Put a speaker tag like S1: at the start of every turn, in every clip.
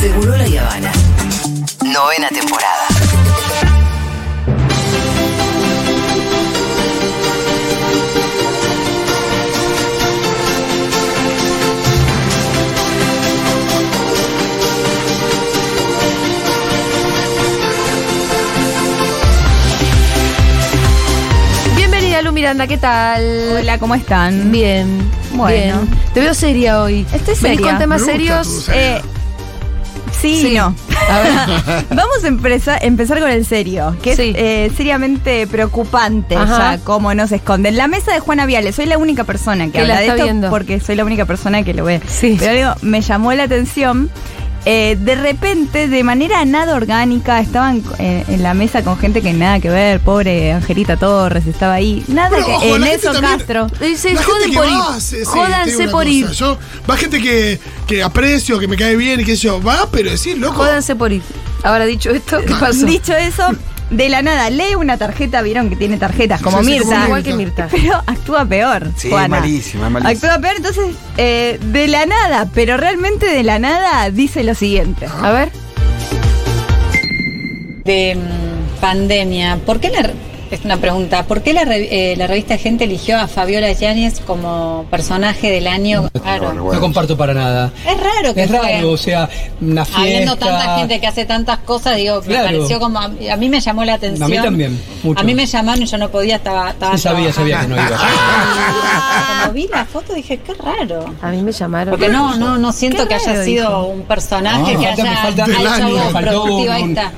S1: Seguro la Habana. Novena temporada.
S2: Bienvenida, Lu Miranda, ¿qué tal?
S3: Hola, ¿cómo están?
S2: Bien.
S3: Bueno.
S2: Bien. Te veo seria hoy.
S3: Estoy
S2: Venís
S3: seria.
S2: con temas
S4: Me gusta tu
S2: serios. eh,
S4: seriedad.
S3: Eh, Sí,
S2: Sí.
S3: no.
S2: A ver.
S3: Vamos a empresa- empezar con el serio, que
S2: Sí.
S3: es eh, seriamente preocupante
S2: Ajá.
S3: ya cómo nos esconden. La mesa de Juana Viale, soy la única persona que,
S2: Que la
S3: habla de
S2: está
S3: esto
S2: viendo.
S3: porque soy la única persona que lo ve.
S2: Sí.
S3: Pero digo, me llamó la atención. eh, de repente, de manera nada orgánica, estaban eh, en la mesa con gente que nada que ver, pobre Angelita Torres estaba ahí, nada
S4: Pero,
S3: que
S4: ojo, la gente
S3: Nelson
S4: también-
S3: Castro.
S2: Eh, se
S4: La gente
S2: joden
S4: que
S2: por
S4: va,
S2: ir.
S4: sí, sí, te digo
S2: Jódanse
S4: una
S2: por
S4: cosa,
S2: ir.
S4: Yo, va gente que, que aprecio, que me cae bien y que yo, va, pero decir, loco.
S2: Jódanse por ir. Ahora dicho esto, ¿qué pasó?
S3: Dicho eso, de la nada, lee una tarjeta, vieron que tiene tarjetas como
S4: Sí, sí,
S3: Mirta.
S4: como
S2: Igual que Mirta.
S3: Pero actúa peor.
S5: Sí,
S3: Juana.
S5: malísima, malísima.
S3: Actúa peor, entonces, eh, de la nada, pero realmente de la nada, dice lo siguiente.
S2: A ver.
S6: Ah. de mm, pandemia, ¿por qué la, es una pregunta, ¿por qué la, re- eh, la revista Gente eligió a Fabiola Yáñez como personaje del año? Claro.
S7: No comparto para nada.
S6: Es raro que
S7: Es
S6: fue-
S7: raro, o sea, una fiesta.
S6: Habiendo tanta gente que hace tantas cosas, digo,
S7: Claro.
S6: me pareció como. A, a mí me llamó la atención.
S7: A mí también, mucho.
S6: A mí me llamaron y yo no podía, estaba. estaba
S7: Sí, sabía, sabía que
S6: trabajando.
S7: no iba.
S6: Ah, Cuando vi la foto dije, qué raro.
S2: A mí me llamaron.
S6: Porque no, no, no siento
S3: Qué
S6: que haya
S3: raro,
S6: sido
S3: dijo.
S6: un personaje
S7: Ah,
S6: que
S7: falta-
S6: haya
S7: me falta-
S6: hecho
S4: Delani,
S6: algo
S4: me
S7: faltó
S6: productivo. Ahí
S7: un-
S6: está.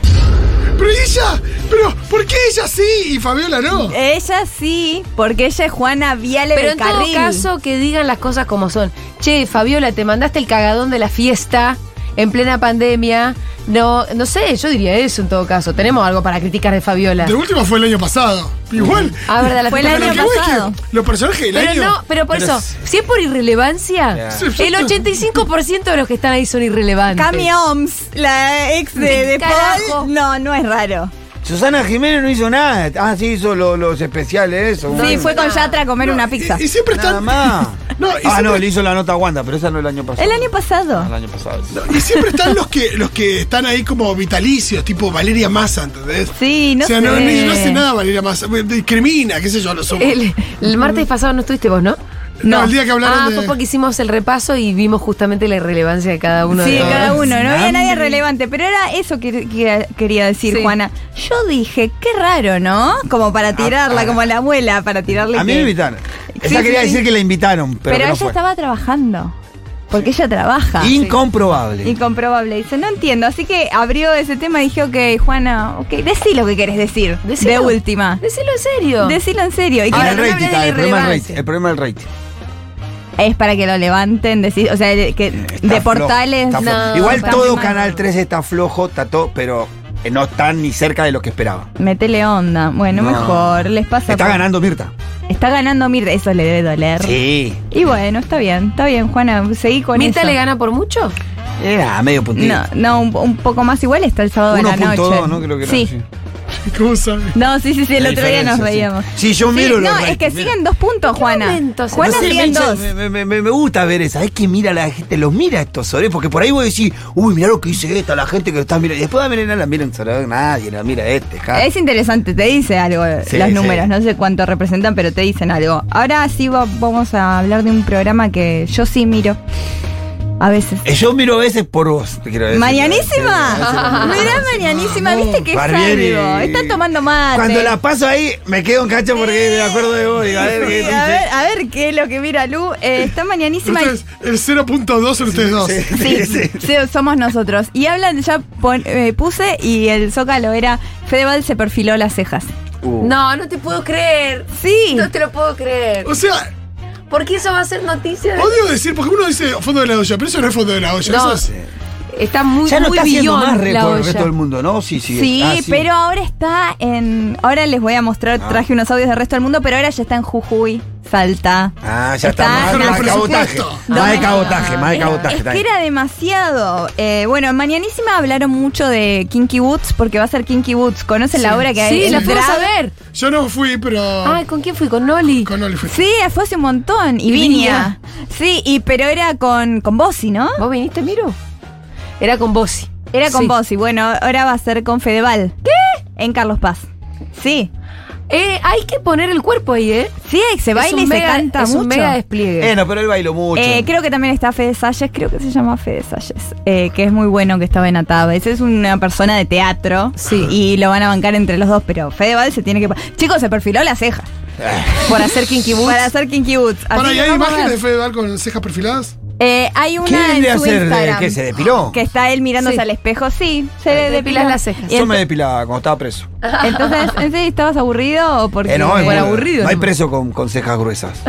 S4: Pero ella, pero ¿por qué ella sí y Fabiola no?
S2: Eh.
S3: Ella sí, porque ella es Juana Viale
S2: Pero en todo
S3: Becarril.
S2: caso, que digan las cosas como son. Che, Fabiola, te mandaste el cagadón de la fiesta en plena pandemia. No, no sé, yo diría eso en todo caso. Tenemos algo para criticar de Fabiola.
S4: De última fue el año pasado. Igual.
S2: Ah, verdad, la
S3: Fue el
S2: fiesta
S4: Pero
S3: año
S4: lo que voy es que
S3: pasado.
S4: los personajes del
S2: Pero
S4: año.
S2: no, pero por
S5: Pero
S2: eso, si es por irrelevancia,
S5: Sí,
S2: el 85% de los que están ahí son irrelevantes.
S3: Cami Oms, la ex de, de
S2: Carajo.
S3: Paul. No, no es raro.
S5: Susana Jiménez no hizo nada. Ah, sí, hizo lo- los especiales, eso.
S3: sí,
S5: bueno.
S3: fue con Yatra a comer una
S4: Y-
S3: pizza.
S4: Y, siempre
S5: Nada
S4: están.
S5: más.
S4: No, y
S5: ah,
S4: siempre-
S5: no, le hizo la nota a Wanda, pero esa no el año pasado.
S3: El año pasado.
S5: El año pasado. sí.
S4: Y siempre están los que, los que están ahí como vitalicios, tipo Valeria Massa, ¿entendés?
S3: Sí, no
S4: o sea, no,
S3: sé.
S4: ni- no hace nada Valeria Massa. Discrimina, qué sé yo, lo somos.
S2: El, el martes pasado no estuviste vos, ¿no?
S4: no, el día que hablaron
S2: Ah,
S4: de...
S2: fue porque hicimos el repaso y vimos justamente la irrelevancia de cada uno
S3: Sí,
S2: de los-
S3: cada uno, no había nadie relevante, pero era eso que, que quería decir
S2: Sí.
S3: Juana. Yo dije, qué raro, ¿no? Como para tirarla,
S5: ah.
S3: como la abuela, para tirarle.
S5: A mí
S3: que-
S5: me invitaron. Ella
S3: Sí,
S5: quería
S3: sí, sí.
S5: decir que la invitaron, pero,
S3: Pero,
S5: que no
S3: ella
S5: fue.
S3: estaba trabajando, porque ella trabaja.
S5: Incomprobable. Ah,
S3: Incomprobable, dice, no entiendo. Así que abrió ese tema y dije, ok, Juana, ok, decí lo que querés decir.
S2: Decilo.
S3: De última.
S2: Decilo en serio.
S3: Decilo en serio. Y
S5: Ah,
S2: Ahora,
S3: que
S5: el
S2: no me
S5: rating,
S2: hables de
S5: está, el problema del
S2: irrelevancia.
S5: rating. El problema del rating.
S3: es para que lo levanten, decís, o sea, de- que
S5: Está
S3: de
S5: flojo,
S3: portales.
S5: está flojo.
S2: no,
S5: Igual
S2: para
S5: todo
S2: mí no.
S5: Canal 3 está flojo, está todo, pero eh, no están ni cerca de lo que esperaba.
S3: Metele onda. Bueno,
S5: No.
S3: mejor. Les pasa.
S5: Está
S3: por-
S5: ganando Mirta.
S3: Está ganando Mirta. Eso le debe doler.
S5: Sí.
S3: Y bueno, está bien, está bien, Juana. Seguí con
S2: ¿Mirta
S3: eso.
S2: le gana por mucho?
S5: Era medio puntito.
S3: No, no, un, un poco más igual está el sábado de la noche.
S5: 1.2, ¿no? Creo que era,
S3: sí.
S5: sí.
S4: ¿Cómo sabe?
S3: No, sí, sí, sí, el
S5: La
S3: otro día nos
S5: diferencia, sí.
S3: veíamos.
S5: Sí, yo
S3: Sí,
S5: miro los
S3: No, es
S5: ratings,
S3: que
S5: mira.
S3: siguen dos puntos, Juana.
S2: momento se
S3: Juana
S2: pasa?
S3: sigue
S5: me,
S3: en
S5: hizo-
S3: dos.
S5: me- me- me- me gusta ver esa. Es que mira la gente, los mira estos sobres, porque por ahí vos decís, uy, mirá lo que hice esta, la gente que lo está mirando. Y después de mirar, la miran, se la ve nadie, la mira este, ja.
S3: Es interesante, te dice algo
S5: Sí,
S3: los
S5: sí.
S3: números, no sé cuánto representan, pero te dicen algo. Ahora sí va- vamos a hablar de un programa que yo sí miro. A veces.
S5: Eh, Yo miro a veces por vos, te quiero decir.
S3: ¡Mañanísima!
S5: Sí, a veces
S3: Mirá, mañanísima, viste que es
S5: Barbieri.
S3: algo. Está tomando mate.
S5: Cuando la paso ahí, me quedo en cacho porque
S3: Sí.
S5: me acuerdo de vos. Digo, a ver,
S3: Sí,
S5: ¿qué
S3: a, ver,
S5: dice?
S3: a ver qué es lo que mira Lu. Eh, está mañanísima. y-
S4: Ustedes, el 0.2 son ustedes dos.
S3: Sí, sí, somos nosotros. Y hablan, ya pon- eh, puse y el zócalo era Fedeval se perfiló las cejas.
S5: Uh.
S2: No, no te puedo creer.
S3: Sí.
S2: No te lo puedo creer.
S4: O sea,
S2: Porque eso va a ser noticia. de-
S4: odio decir, porque uno dice fondo de la olla, pero eso no es fondo de la olla.
S2: No.
S4: Eso es,
S2: Está muy,
S5: Ya no
S2: muy
S5: está haciendo
S2: billón
S5: más
S2: la
S5: récord el
S2: olla.
S5: resto del mundo, ¿no? Sí, sí.
S3: Sí,
S5: Ah, sí.
S3: pero ahora está en. Ahora les voy a mostrar,
S5: Ah.
S3: traje unos audios del resto del mundo, pero ahora ya está en Jujuy, Salta.
S5: Ah, ya está.
S3: Está
S5: más-
S3: en
S5: más
S3: el
S5: de cabotaje.
S4: presupuesto.
S5: Más de
S3: No.
S5: cabotaje, más de cabotaje.
S3: Es
S5: está
S3: que
S5: bien.
S3: era demasiado. Eh, bueno, en Mañanísima hablaron mucho de Kinky Woods porque va a ser Kinky Woods. ¿Conocen la obra que hay?
S2: Sí,
S3: el
S2: la puedo
S3: drag?
S2: saber.
S4: Yo no fui, pero
S2: Ay, ¿con quién fui? ¿Con Noli?
S4: con Oli fui.
S3: Sí, fue hace un montón. Y
S2: Y Viña.
S3: Viña. Sí, y, pero era con, con Bossi, ¿no?
S2: ¿Vos viniste, Miro? Era con Bossi.
S3: Era con
S2: Sí.
S3: vos y bueno, ahora va a ser con Fedeval. ¿Qué? En Carlos Paz. Sí.
S2: Eh, hay que poner el cuerpo ahí, ¿eh?
S3: Sí, se
S2: Es
S3: baila
S2: un
S3: y se
S2: mega-
S3: canta
S2: es
S3: mucho.
S2: un mega despliegue.
S5: Eh, no, pero él bailó mucho.
S3: Eh, creo que también está Fede Salles, creo que se llama Fede Salles, eh, que es muy bueno que estaba en Atabes. Es una persona de teatro
S2: Sí.
S3: y lo van a bancar entre los dos, pero Fedeval se tiene que... pa- Chicos, se perfiló la ceja
S5: Eh.
S2: Por hacer Kinky Boots.
S3: para hacer Kinky Boots. Así
S4: Para, ¿y
S3: que
S4: hay
S3: vamos a
S4: imágenes de
S3: ver.
S4: Fedeval con cejas perfiladas?
S3: Eh, hay una
S5: ¿Qué
S3: en
S5: debe
S3: su
S5: hacer? de-
S3: Instagram
S5: ¿Que se depiló?
S3: que está él mirándose
S2: Sí.
S3: al espejo. Sí, se
S2: Te
S3: le
S2: depilas
S3: depiló
S2: las cejas.
S3: Y
S5: Yo
S3: ent-
S5: me depilaba cuando estaba preso.
S3: Entonces, ¿en serio estabas aburrido o porque
S5: Eh, no, es
S2: por
S5: muy-
S2: aburrido,
S5: No hay
S2: ¿no?
S5: preso con, con cejas gruesas.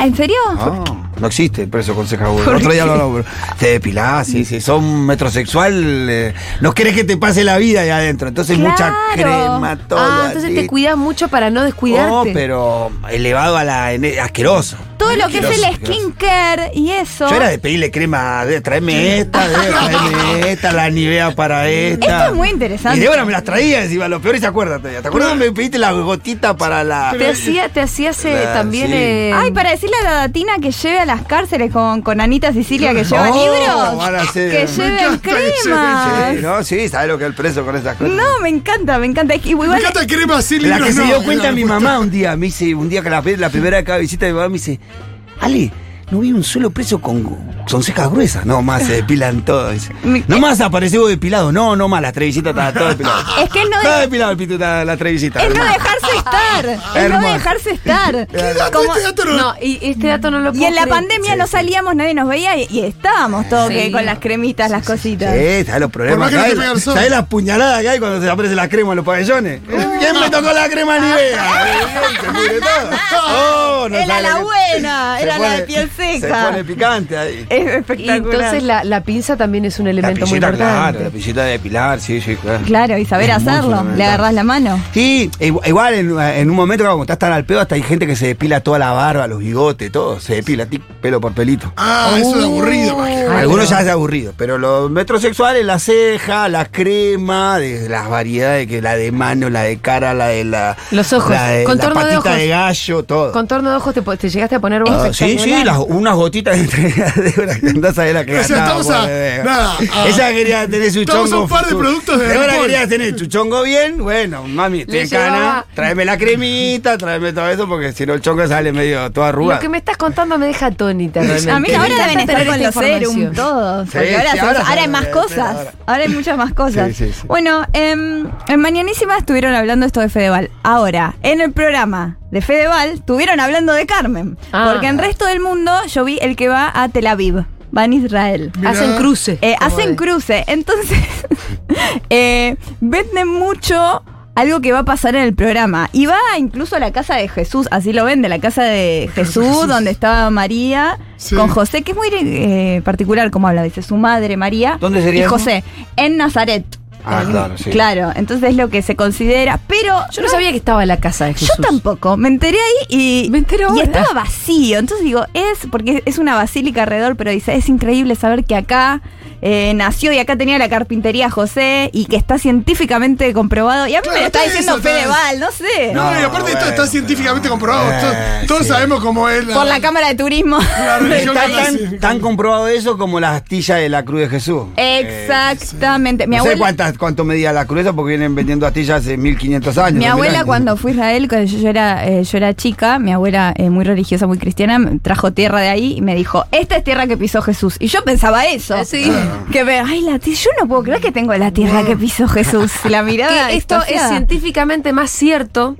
S3: ¿En serio?
S5: No, no existe el preso con cejas gruesas. Otro día lo hablamos. pero Te depilás, sí, sí. Son metrosexual. eh, no querés que te pase la vida ahí adentro. Entonces mucha
S3: Claro.
S5: crema, todo.
S2: ah, entonces te
S5: así.
S2: cuidas mucho para no descuidarte.
S5: No, pero elevado a la. en- e, asqueroso.
S3: Todo lo que es
S5: Asqueroso,
S3: el
S5: asqueroso.
S3: skincare y eso.
S5: Yo era de pedirle crema, de traerme esta, de traerme esta, la nivea para esta.
S3: Esto es muy interesante.
S5: Y Débora me las traía encima, lo peor es acuérdate. ¿Te acuerdas cuando me pediste la gotita para la.
S2: Te hacía, te hacías eh,
S5: Claro,
S2: también.
S5: sí.
S2: eh,
S3: Ay, para decirle a la datina que lleve a las cárceles con, con Anita Sicilia que lleva
S5: No,
S3: libros.
S5: van a ser-
S3: Que
S5: Me
S3: lleven
S4: encanta que
S3: cremas.
S5: Sí, no, sí, sabes lo que es el preso con esas cosas.
S3: Ah, No, me encanta, me encanta. Es que
S4: Me
S3: Igual
S4: encanta crema así,
S5: La
S4: libros
S5: que se
S4: no,
S5: dio
S4: era
S5: cuenta
S4: la
S5: mi
S4: puta.
S5: mamá un día, me dice, un día que la, ve- la primera vez que visita de mi mamá me dice, Ale, no vi un solo preso con, con cejas gruesas. No más, se depilan todos. Dice, No más apareció depilado. No, no más, la trevisita estaba toda depilada.
S3: Es que él no
S5: Estaba
S3: de-
S5: depilado el pito, estaba la trevisita.
S3: es no
S5: hermano.
S3: dejarse estar. Es no
S5: Hermoso.
S3: dejarse estar.
S4: ¿Qué dato?
S3: Como-
S4: Este dato no-
S2: No, y este dato no lo
S3: y
S2: puedo
S3: en la
S2: creer.
S3: pandemia no salíamos, nadie nos veía y, y estábamos todos
S2: Sí.
S3: que con las cremitas, las cositas.
S5: Sí, ¿sabes los
S4: Por más
S5: problemas?
S4: que no te
S5: ¿Sabes,
S4: pegue el sol.
S5: ¿Sabes las puñaladas que hay cuando se aparece la crema en los pabellones?
S3: Oh.
S5: ¿Quién me tocó la crema ni vea? Se pudre todo. Oh, no
S3: Era
S5: sabe
S3: la
S5: lo que-
S3: buena,
S5: se
S3: era la de piel seca.
S5: Se pone picante ahí.
S3: Es
S2: Y
S3: espectacular.
S2: entonces la, la pinza también es un
S5: La
S2: elemento muy
S5: pillita,
S2: importante.
S5: claro, la pillita de pilar, sí, sí, claro.
S3: Claro, y saber
S5: Es muy
S3: hacerlo.
S5: fundamental.
S3: Le agarrás la mano.
S5: Sí, e- igual en, en un momento cuando estás tan al pedo, hasta hay gente que se depila toda la barba, los bigotes, todo. Se depila tic, pelo por pelito.
S4: Ah, eso es aburrido, más
S2: Ah,
S4: que-
S5: Algunos ya es aburrido, pero los metrosexuales, la ceja, la crema, de las variedades, que la de mano, la de cara, la de la.
S2: Los ojos,
S5: la de,
S2: contorno de
S5: la patita
S2: ojos.
S5: de, gallo, todo.
S2: Contorno de ojos te, po- te llegaste a poner vos.
S5: Ah, sí, sí, las- unas gotitas entre las Débora que andás a ver la que
S4: O sea,
S5: ganaba,
S4: estamos a-
S5: pobre,
S4: nada, a-
S5: Ella quería tener su
S4: Estamos
S5: chongo.
S4: a un par de
S5: su-
S4: productos de
S5: Débora
S4: alcohol.
S5: quería tener su chongo bien. Bueno, mami, estoy
S2: Le
S5: en cana.
S2: llevaba-
S5: Tráeme la cremita, tráeme todo eso, porque si no el chongo sale medio todo
S2: Lo
S5: arrugado.
S2: que me estás contando me deja atónita realmente.
S3: A mí
S2: Me
S3: Ah, ahora
S2: encanta
S3: deben estar
S2: tener este
S3: con los
S2: esta
S3: serum
S2: información.
S3: todos.
S5: Sí,
S3: porque ahora,
S5: sí,
S3: se
S5: ahora
S3: usa- ahora hay más
S5: deben tener
S3: cosas.
S5: ahora.
S3: Ahora hay muchas más cosas.
S5: Sí, sí, sí.
S3: Bueno, em, en Mañanísima estuvieron hablando esto de Fedeval. Ahora, en el programa de Fedeval estuvieron hablando de Carmen.
S2: Ah.
S3: Porque en resto del mundo yo vi el que va a Tel Aviv. Va en Israel.
S4: Mirá.
S2: Hacen cruce.
S3: Eh,
S2: como
S3: hacen
S2: de-
S3: cruce. Entonces, eh, venden mucho algo que va a pasar en el programa. Y va incluso a la casa de Jesús, así lo vende, la casa de Jesús, donde estaba María
S4: Sí.
S3: con José, que es muy eh, particular como habla, dice su madre María.
S5: ¿Dónde sería
S3: Y
S5: eso?
S3: José, en Nazaret.
S5: Ah, claro, sí.
S3: Claro, entonces es lo que se considera. Pero
S2: Yo no sabía que estaba en la casa de Jesús.
S3: yo tampoco, me enteré ahí y,
S2: Me entero
S3: y
S2: ahora.
S3: estaba vacío. Entonces digo, es porque es una basílica alrededor, pero dice, es increíble saber que acá eh, nació y acá tenía la carpintería José y que está científicamente comprobado. Y a mí
S4: Claro,
S3: me lo está
S4: está
S3: diciendo
S4: eso, está-
S3: Fedeval, no sé.
S4: No, y aparte esto está
S5: bueno,
S4: científicamente
S5: pero-
S4: comprobado.
S5: Eh,
S4: todos todos
S5: sí.
S4: sabemos cómo es la.
S3: Por la Cámara de Turismo.
S4: la religión
S5: Está
S4: que
S5: tan,
S4: hace.
S5: tan comprobado eso como la astilla de la cruz de Jesús.
S4: Eh,
S5: Eh,
S3: Exactamente. Mi
S5: no sé
S3: abuela.
S5: cuántas, cuánto medía la cruz esa porque vienen vendiendo astillas hace 1500 años.
S3: Mi
S5: 2000
S3: abuela
S5: años.
S3: cuando fue a Israel, cuando yo, yo era, eh, yo era chica, mi abuela eh, muy religiosa, muy cristiana, me trajo tierra de ahí y me dijo, esta es tierra que pisó Jesús. Y yo pensaba eso. Ah.
S2: Eh, sí.
S3: Que me, ay, la tierra, yo no puedo creer que tengo la tierra que pisó Jesús. La mirada.
S2: Que esto es
S3: extasiada.
S2: científicamente más cierto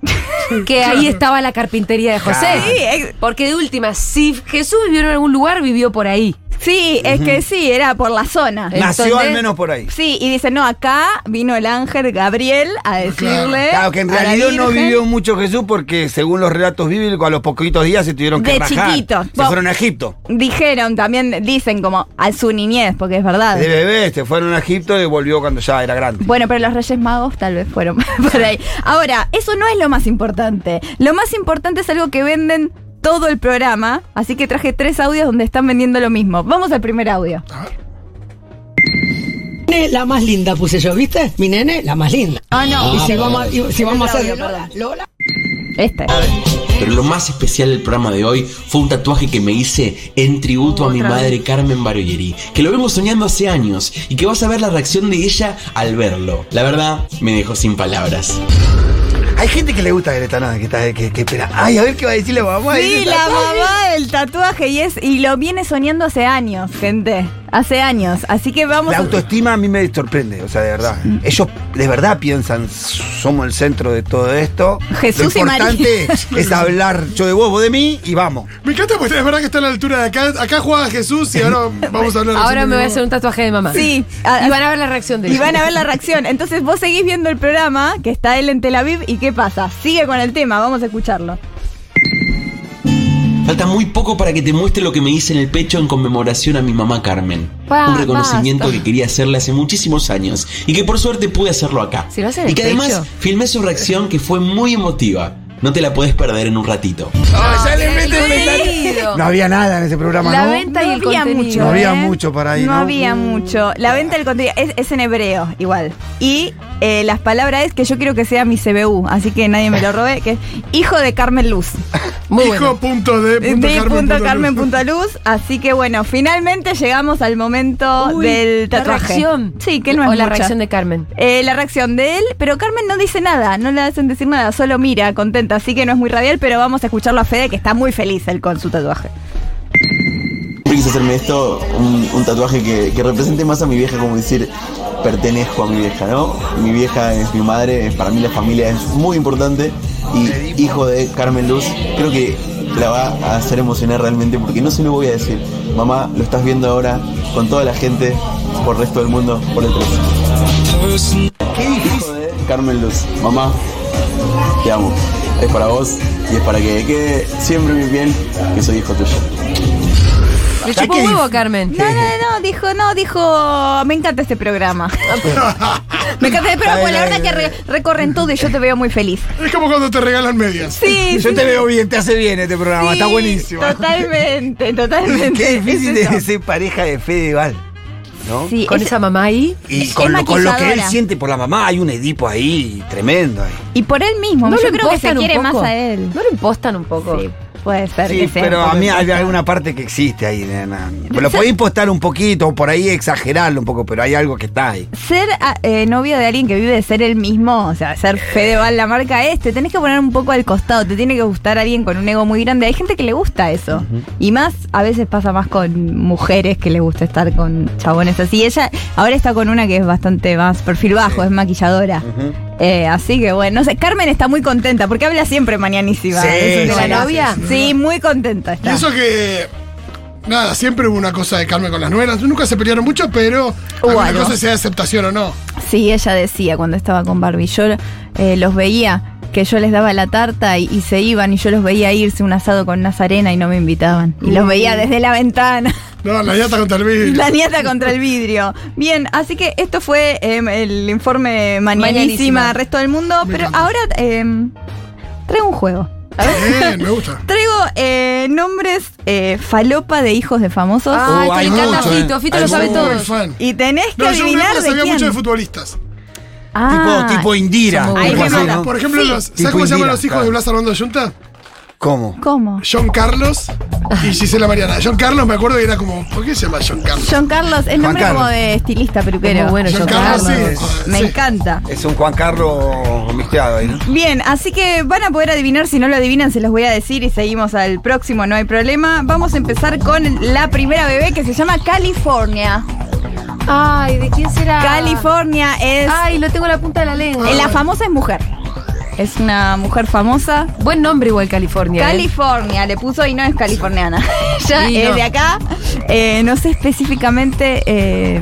S2: que ahí estaba la carpintería de José.
S3: Sí, ex-
S2: Porque de última, si Jesús vivió en algún lugar, vivió por ahí.
S3: Sí, es que sí, era por la zona.
S5: Nació
S2: Entonces-
S5: al menos por ahí.
S3: Sí, y dice, no, acá vino el ángel Gabriel a decirle.
S5: Claro, que en
S3: a la
S5: realidad no
S3: Virgen.
S5: vivió mucho Jesús porque según los relatos bíblicos a los poquitos días se tuvieron que
S3: De
S5: rajar.
S3: chiquito.
S5: Se
S3: Bueno.
S5: fueron a Egipto.
S3: Dijeron también, dicen como a su niñez, porque es verdad.
S5: De bebé se fueron a Egipto y volvió cuando ya era grande.
S3: Bueno, pero los Reyes Magos tal vez fueron por ahí. Ahora, eso no es lo más importante. Lo más importante es algo que venden todo el programa. Así que traje tres audios donde están vendiendo lo mismo. Vamos al primer audio.
S8: Nene, La más linda puse yo, ¿viste? Mi nene, la más linda.
S3: Ah, no.
S8: y si vamos, a- y si vamos a hacer Lola, Lola,
S3: Este.
S9: Pero lo más especial del programa de hoy fue un tatuaje que me hice en tributo a mi madre Carmen Barbieri, que lo vengo soñando hace años y que vas a ver la reacción de ella al verlo. La verdad, me dejó sin palabras.
S5: Hay gente que le gusta Greta Nada, que, está, que, que espera. Ay, a ver qué va a decir la mamá.
S3: Sí,
S5: Ese
S3: la
S5: tatuaje.
S3: mamá del tatuaje y es y lo viene soñando hace años, gente. Hace años. Así que vamos
S5: La
S3: a-
S5: autoestima a mí me sorprende, o sea, de verdad. Ellos de verdad piensan, somos el centro de todo esto.
S3: Jesús
S5: Lo
S3: y María.
S5: importante es hablar yo de vos, vos de mí y vamos.
S4: Me encanta porque es verdad que está a la altura de acá. Acá jugaba Jesús y ahora vamos a hablar de
S2: Ahora
S4: Jesús.
S2: me voy a hacer un tatuaje de mamá.
S3: Sí.
S2: Y van a ver la reacción de
S3: Y
S2: ella.
S3: van a ver la reacción. Entonces vos seguís viendo el programa, que está él en Tel Aviv, y ¿qué pasa? Sigue con el tema, vamos a escucharlo.
S9: Falta muy poco para que te muestre lo que me hice en el pecho en conmemoración a mi mamá Carmen.
S2: Pa,
S9: un reconocimiento
S2: basta.
S9: que quería hacerle hace muchísimos años y que por suerte pude hacerlo acá.
S2: Si lo hace en
S9: y
S2: el
S9: que además
S2: pecho.
S9: filmé su reacción que fue muy emotiva. No te la puedes perder en un ratito.
S5: Ah, ya le
S2: el
S5: meten
S2: contenido.
S5: No había nada en ese programa,
S2: La
S5: ¿no?
S2: venta y el contenido. Mm.
S5: No había mucho para ahí,
S3: ¿eh? No,
S5: ¿no?
S3: había mucho. La venta del contenido es, es en hebreo, igual. Y eh, las palabras es que yo quiero que sea mi CBU, así que nadie me lo robe, que es hijo de Carmen Luz.
S2: Muy
S4: Hijo
S2: bueno.
S4: punto de punto
S3: De
S4: Carmen
S3: punto
S4: punto
S3: Carmen
S4: Luz.
S3: punto luz. Así que bueno, finalmente llegamos al momento
S2: Uy,
S3: del tatuaje.
S2: La reacción.
S3: Sí, que no es
S2: O la
S3: mucha.
S2: reacción de Carmen.
S3: Eh, la reacción de él, pero Carmen no dice nada, no le hacen decir nada, solo mira, contenta, así que no es muy radial, pero vamos a escucharlo a Fede, que está muy feliz él con su tatuaje.
S10: Siempre quise hacerme esto, un, un tatuaje que, que represente más a mi vieja, como decir, pertenezco a mi vieja, ¿no? Mi vieja es mi madre, para mí la familia es muy importante y hijo de Carmen Luz, creo que la va a hacer emocionar realmente porque no se lo voy a decir. Mamá, lo estás viendo ahora con toda la gente, por el resto del mundo, por el precio. Hijo de Carmen Luz, mamá, te amo. Es para vos y es para que quede siempre en mi piel que soy hijo tuyo.
S2: Le chupó
S5: que-
S2: un huevo a Carmen.
S3: No, no, no, dijo, no, dijo, me encanta este programa. me encanta este programa, porque la verdad que re- recorren todo y yo te veo muy feliz.
S4: Es como cuando te regalan medias.
S3: Sí,
S5: Yo te veo bien, te hace bien este programa, está buenísimo.
S3: Totalmente, totalmente.
S5: Qué difícil
S3: Es eso.
S5: es ser pareja de Fedeval, ¿no?
S3: Sí,
S2: Con
S3: es-
S2: esa mamá ahí.
S5: Y
S3: Es
S5: con lo, con lo que él
S3: maquilladora.
S5: siente por la mamá, hay un Edipo ahí, tremendo ahí.
S3: y por él mismo, yo creo que se
S2: impostan un
S3: quiere más
S2: poco?
S3: a él.
S2: No lo impostan un poco.
S3: Sí, puede ser que
S5: Sí,
S3: sea.
S5: pero
S3: un poco
S5: a mí hay
S3: impostada.
S5: alguna parte que existe ahí, nena. Lo podéis postar un poquito, o por ahí exagerarlo un poco, pero hay algo que está ahí.
S3: ser ah, eh, novio de alguien que vive de ser el mismo, o sea, ser Fedeval, la marca este, tenés que poner un poco al costado, te tiene que gustar alguien con un ego muy grande. Hay gente que le gusta eso. Y más, a veces pasa más con mujeres que les gusta estar con chabones así. Ella ahora está con una que es bastante más perfil bajo, es maquilladora. Eh, así que bueno, no sé, Carmen está muy contenta porque habla siempre mañanísima.
S5: Sí,
S3: de su
S5: sí,
S3: novela.
S2: sí, novia?
S3: Sí, muy contenta
S4: Y
S3: está.
S4: eso que. Nada, siempre hubo una cosa de Carmen con las nueras. Nunca se pelearon mucho, pero.
S3: Hubo
S4: La
S3: algo.
S4: cosa sea aceptación o no.
S3: Sí, ella decía cuando estaba con Barbie, yo eh, los veía, que yo les daba la tarta y, y se iban y yo los veía irse un asado con Nazarena y no me invitaban. Y los veía desde la ventana,
S4: No, la yata contra el vidrio.
S3: la nieta contra el vidrio. Bien, así que esto fue em, el informe mañanísima
S2: Mañanísima.
S3: al resto del mundo,
S4: Me
S3: pero
S4: encanta.
S3: ahora em, traigo un juego.
S4: Bien, me gusta.
S3: Traigo eh, nombres eh, falopa de hijos de famosos.
S2: Ay,
S5: Uh,
S2: que
S5: hay
S2: le encanta a
S5: mucho,
S2: Fito.
S5: eh.
S2: Fito
S5: Hay
S2: lo sabe
S5: mucho.
S2: todo.
S4: Muy fan.
S3: Y tenés que
S4: Ah. No, yo en
S3: adivinar
S4: una época
S3: de
S4: sabía
S3: quién.
S4: mucho de futbolistas.
S3: Ah,
S5: tipo, tipo Indira.
S2: son muy
S5: algo
S3: buenos.
S5: así,
S3: Ahí me
S5: ¿no?
S4: Por ejemplo, los,
S5: Tipo
S4: ¿sabes cómo se llaman
S5: Indira,
S4: los hijos
S5: claro.
S4: de Blas Armando Yunta?
S5: ¿Cómo?
S3: ¿Cómo?
S4: John Carlos y Gisela Mariana. John Carlos me acuerdo que era como, ¿por qué se llama John Carlos?
S3: John Carlos es
S5: Juan
S3: nombre
S5: Carlos.
S3: como de estilista
S2: Es
S3: peluquero.
S2: muy bueno, John
S4: John Carlos,
S2: Carlos.
S4: sí.
S3: Me
S4: sí.
S3: encanta.
S5: Es un Juan Carlos misteado ahí, ¿no?
S3: Bien, así que van a poder adivinar, si no lo adivinan se los voy a decir y seguimos al próximo, no hay problema. Vamos a empezar con la primera bebé que se llama California.
S2: Ay, ¿de quién será?
S3: California es...
S2: Ah. Ay, lo tengo en la punta de la lengua.
S3: eh, la famosa es mujer. Es una mujer famosa.
S2: Buen nombre igual California. ¿eh?
S3: California, le puso y no es californiana. ya
S2: Y
S3: es
S2: no.
S3: de acá. Eh, no sé específicamente eh,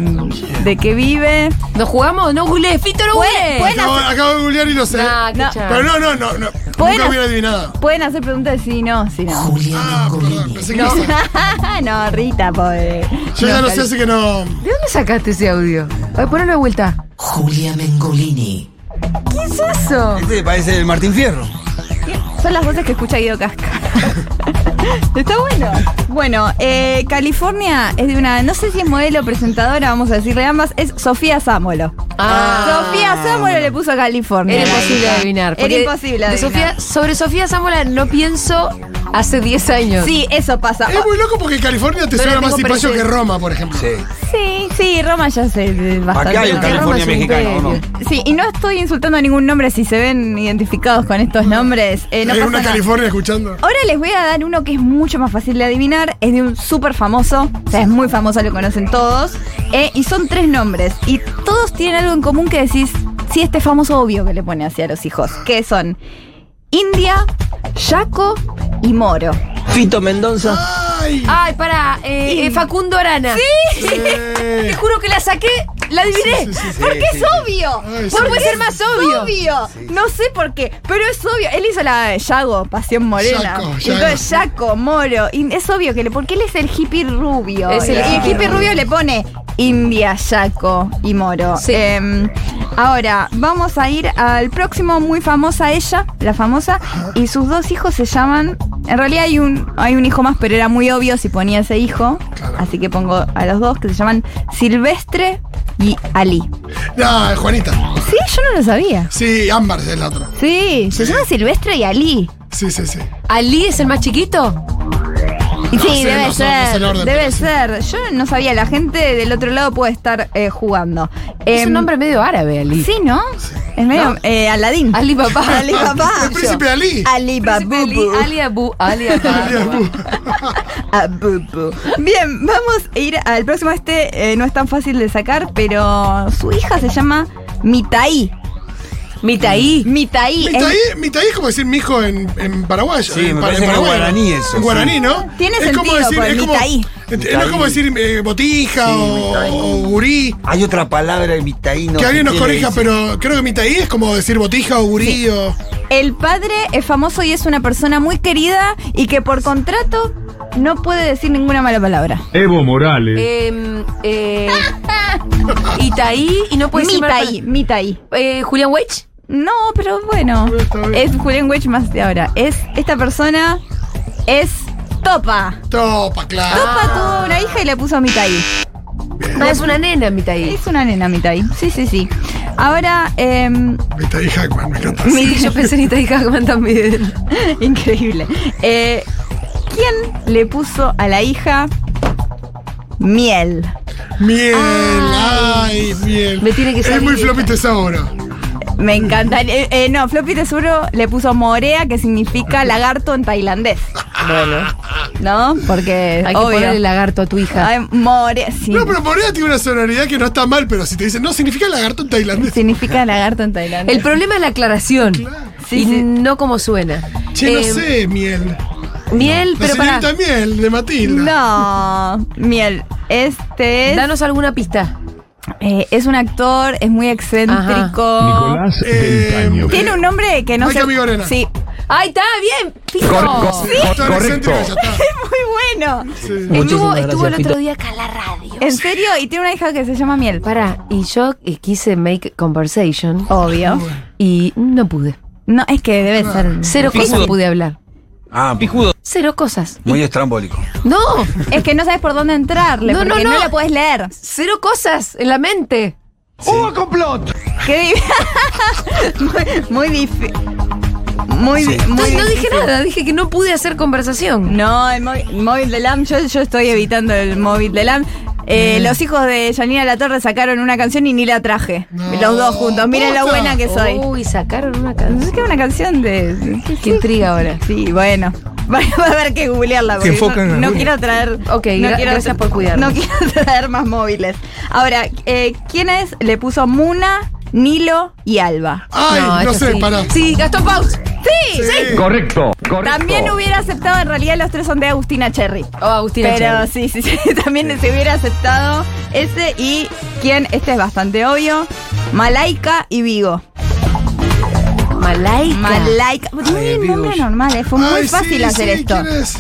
S3: de qué vive.
S2: ¿Nos jugamos? No googleé, Fito no
S3: Pueden-
S2: googleé.
S3: pueden
S4: Acabo, acabo de googlear y lo sé.
S2: Nah, qué
S3: No.
S2: chavo.
S4: Pero no, no, no, no.
S3: Bueno.
S4: Nunca hubiera adivinado.
S3: Pueden hacer preguntas de sí, no, sí, no.
S4: Ah, perdón, pensé que no.
S3: no, Rita, pobre.
S4: Yo ya lo sé, así que
S2: ¿De
S4: no.
S2: dónde sacaste ese audio? Ay, ponelo de vuelta.
S1: Julia Mengolini.
S2: ¿Qué es eso?
S5: Este parece el Martín Fierro.
S3: Son las voces que escucha Guido Casca. Está bueno. Bueno, eh, California es de una, no sé si es modelo o presentadora, vamos a decirle ambas, es Sofía Sámolo.
S2: Ah.
S3: Sofía Sámolo le puso California.
S2: Era imposible adivinar.
S3: Era
S2: porque
S3: imposible
S2: de
S3: adivinar.
S2: Sofía, sobre Sofía Zamola no pienso hace 10 años.
S3: Sí, eso pasa.
S4: Es muy loco porque California te
S2: No le
S4: suena más
S2: tengo
S4: simpático que
S2: presente.
S4: Roma, por ejemplo.
S5: Sí.
S3: Sí, sí, Roma ya sé bastante.
S5: Acá hay un
S3: Roma es
S5: California
S3: un
S5: mexicano, ¿no?
S3: imperio. Sí, y no estoy insultando a ningún nombre si se ven identificados con estos nombres. eh, no
S4: Hay
S3: pasa
S4: una
S3: nada.
S4: California escuchando.
S3: Ahora les voy a dar uno que es mucho más fácil de adivinar. Es de un súper famoso. O sea, es muy famoso, lo conocen todos. eh, y son tres nombres. Y todos tienen algo en común que decís, sí, este famoso obvio que le pone hacia los hijos. Que son India, Yaco y Moro.
S8: Fito Mendoza.
S4: ¡Ay!
S3: Ah.
S2: Ay, pará, eh, eh, Facundo Arana.
S3: Sí,
S2: Te juro que la saqué, la adiviné.
S4: Sí, sí, sí, sí.
S3: porque es obvio.
S4: Ay, sí.
S2: ¿Cómo puede ser más
S3: Es
S2: obvio?
S3: obvio. No sé por qué, pero es obvio. Él hizo la de Yago, Pasión Morena.
S4: Yaco,
S3: Y entonces Yaco, Moro. y es obvio que le. Porque él es el hippie rubio.
S2: Es el
S3: y el
S2: hippie
S3: hippie rubio le pone India, Yaco y Moro.
S2: Sí.
S3: Em, ahora, vamos a ir al próximo, muy famosa ella, la famosa. Y sus dos hijos se llaman. En realidad hay un, hay un hijo más, pero era muy obvio si ponía ese hijo.
S4: Claro.
S3: Así que pongo a los dos que se llaman Silvestre y Ali.
S4: No, Juanita.
S3: Sí, yo no lo sabía.
S4: Sí, Ámbar es la otra.
S3: Sí, se llama Silvestre y Ali.
S4: Sí, sí, sí.
S2: ¿Ali es el más chiquito?
S3: Y
S4: No
S3: sí,
S4: sé,
S3: debe
S4: no sé, no sé
S3: ser.
S4: el orden,
S3: debe
S4: pero sí.
S3: ser. Yo no sabía, la gente del otro lado puede estar eh, jugando.
S2: es un
S3: Em,
S2: nombre medio árabe, Ali.
S3: Sí, ¿no? Es medio. Eh, Aladín.
S2: Ali papá.
S3: Ali papá.
S4: Ah, El príncipe Ali.
S3: Ali
S2: Príncipe Ali,
S3: Babubu.
S2: Ali Abu, Ali Abu.
S4: Ali Abu.
S3: Abubu. Bien, vamos a ir al próximo. Este eh, no es tan fácil de sacar, pero su hija se llama Mitaí.
S2: Mitaí.
S3: Mitaí. es-
S4: Mitaí, Mitaí es como decir mi hijo en, en paraguayo.
S5: Sí, me
S4: en, pa-
S5: parece
S4: en
S5: que es
S4: paraguayo.
S5: guaraní eso,
S4: En guaraní, ¿no?
S3: Tiene sentido, pues,
S4: como,
S3: Mitaí.
S4: eh, No es como decir eh, botija
S5: Sí,
S4: o,
S5: Mitaí.
S4: o gurí.
S5: Hay otra palabra de mitaí, no
S4: que
S5: sé
S4: alguien nos
S5: qué le
S4: corrija,
S5: dicen.
S4: pero creo que Mitaí es como decir botija o gurí o.
S3: El padre es famoso y es una persona muy querida y que por contrato no puede decir ninguna mala palabra.
S11: Evo Morales.
S2: Eh, eh, Itaí y no puede ser.
S3: Mitaí, Mitaí.
S2: Eh, Julián Weich.
S3: No, pero bueno.
S4: Está bien.
S3: Es Julián Wedge más de ahora. Es esta persona es Topa.
S4: Topa,
S2: Ah.
S4: claro.
S3: Topa tuvo una hija y le puso Mitaí.
S2: No, es una nena, Mitaí.
S3: Es una nena Mitaí. Sí, sí, sí. Ahora, em,
S4: Mitaí Hackman, me encanta.
S2: Sí, yo pensé en Itaí Hackman también.
S3: increíble. Eh, ¿Quién le puso a la hija miel?
S4: Miel,
S3: Ah.
S4: ay, miel.
S2: Me tiene que
S4: Es
S2: salir
S4: muy
S2: bien.
S4: floppy tesauro.
S3: Me encanta. Eh, eh, no, Floppy Tesoro le puso morea, que significa lagarto en tailandés. Bueno. ¿No? Porque.
S2: Hay que
S3: obvio.
S2: ponerle lagarto a tu hija.
S3: Ay, morea, sí.
S4: No, pero Morea tiene una sonoridad que no está mal, pero si te dicen, no, significa lagarto en tailandés.
S3: Significa lagarto en tailandés.
S2: El problema es la aclaración.
S3: Sí,
S2: y
S3: sí.
S2: no como suena.
S4: Che, no
S2: Eh,
S4: sé, miel.
S2: Miel,
S4: La
S2: pero
S4: señorita
S2: para.
S4: miel de Matilda.
S3: No, miel. Este es,
S2: Danos alguna pista.
S3: eh, es un actor, es muy excéntrico.
S4: eh,
S11: Nicolás Beltaño.
S3: Tiene un nombre que no
S4: Mike
S3: sé.
S4: Amigorena.
S3: Sí,
S2: ¡Ahí está! ¡Bien! Pico.
S4: Actor excéntrico, ya está.
S3: es muy bueno.
S4: Sí.
S2: Estuvo,
S8: Muchísimas
S2: estuvo el otro
S8: gracias, Fito.
S2: día acá en la radio.
S3: En serio, y tiene una hija que se llama Miel.
S2: Pará, y yo eh, quise make conversation
S3: Obvio.
S2: y no pude.
S3: No, es que debe ser.
S2: Cero cosas pude hablar.
S5: Ah,
S2: Cero cosas.
S5: muy estrambólico.
S2: No,
S3: Es que no sabes por dónde entrarle,
S2: No,
S3: porque
S2: no,
S3: no,
S2: no.
S3: la puedes leer.
S2: cero cosas en la mente.
S3: Qué di- muy, muy difícil. Muy, di- muy
S2: Entonces, no dije
S3: difícil.
S2: nada, dije que no pude hacer conversación.
S3: No, el móvil, el móvil de LAM, yo, yo estoy evitando el móvil de LAM. Eh, Los hijos de Janina La Torre sacaron una canción y ni la traje.
S4: No.
S3: Los dos juntos. Miren lo
S4: Posta.
S3: buena que soy.
S2: Uy, sacaron una
S3: Es
S2: canción.
S3: que es una canción de.
S2: Qué intriga ahora.
S3: Sí, bueno. Va va a haber que googlearla. porque
S5: enfocan
S3: no,
S5: en
S3: no
S5: alguna.
S3: quiero traer.
S2: Ok,
S3: no
S2: gra-
S3: quiero-
S2: gracias por cuidarnos.
S3: No quiero traer más móviles. Ahora, eh, ¿quién es? Le puso Muna, Nilo y Alba.
S4: Ay, no,
S2: esto
S4: sé,
S2: sí.
S4: pará. Eh,
S2: Sí, Gastón Paus.
S3: ¡Sí!
S4: Sí.
S11: Correcto, correcto.
S3: También hubiera aceptado, en realidad los tres son de Agustina Cherry.
S2: Oh, Agustina
S3: Pero
S2: Cherry.
S3: sí, sí, sí, también se hubiera aceptado ese y quién, este es bastante obvio, Malaika y Vigo.
S2: Malaika.
S3: Malaika, no
S5: Ay,
S3: es
S5: Vigo.
S3: nombre normal, eh, fue
S4: Ay,
S3: muy
S4: sí,
S3: fácil hacer
S4: sí,
S3: esto.
S4: ¿quién es?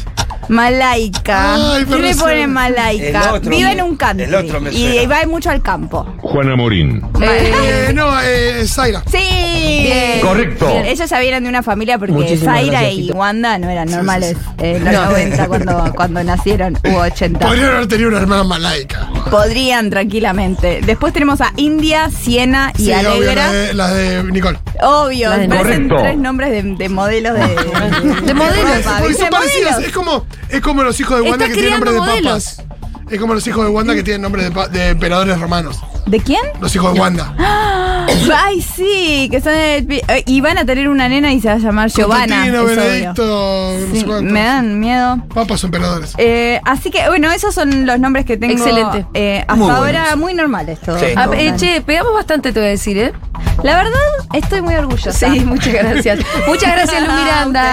S3: Malaika.
S4: Ay,
S3: ¿Qué le
S4: pero
S3: pone
S4: sí.
S3: Malaika?
S4: El otro
S3: Vive
S4: me-
S3: en un country.
S4: el otro me
S3: y,
S4: suena.
S3: y va mucho al campo.
S11: Juana Morín.
S4: Eh, no, eh, Zaira.
S3: Sí.
S4: Bien.
S11: Correcto.
S3: Bien, Ellos ya vienen de una familia porque
S4: Muchísimas
S3: Zaira
S4: gracias,
S3: y
S4: Fito.
S3: Wanda no eran normales eh, en los
S4: No.
S3: 90 cuando, cuando nacieron, u 80.
S4: Podrían haber tenido una hermana malaica.
S3: Podrían, tranquilamente. Después tenemos a India, Siena y
S4: Sí, obvio,
S3: Alegra.
S4: las de, las de Nicole.
S3: Obvio,
S4: La de-
S3: parecen
S4: Correcto.
S3: tres nombres de, de modelos de.
S2: De modelos.
S3: ropa,
S4: Porque
S3: ¿viste?
S4: son parecidas. Es como, es como los hijos de
S3: Está
S4: Wanda que tienen
S3: criando
S4: nombres de
S3: modelos.
S4: papas. Es como los hijos de Wanda que tienen nombres de, pa- de emperadores romanos.
S3: ¿De quién?
S4: Los hijos de Wanda.
S3: ¡Ah! Ay, sí, que son el pi- eh, y van a tener una nena y se va a llamar Giovanna.
S4: Constantino,
S3: es obvio.
S4: Benedicto, no
S3: Sí,
S4: sé cuántos.
S3: me dan miedo.
S4: Papas son emperadores.
S3: Eh, así que, bueno, esos son los nombres que tengo.
S2: Excelente.
S3: eh, hasta
S2: Muy
S3: ahora,
S2: buenos.
S3: muy normales todos.
S2: Sí. Ah, eh, che, pegamos bastante, te voy a decir, ¿eh?
S3: La verdad, estoy muy orgullosa.
S2: Sí, muchas gracias. muchas gracias, Luz Miranda.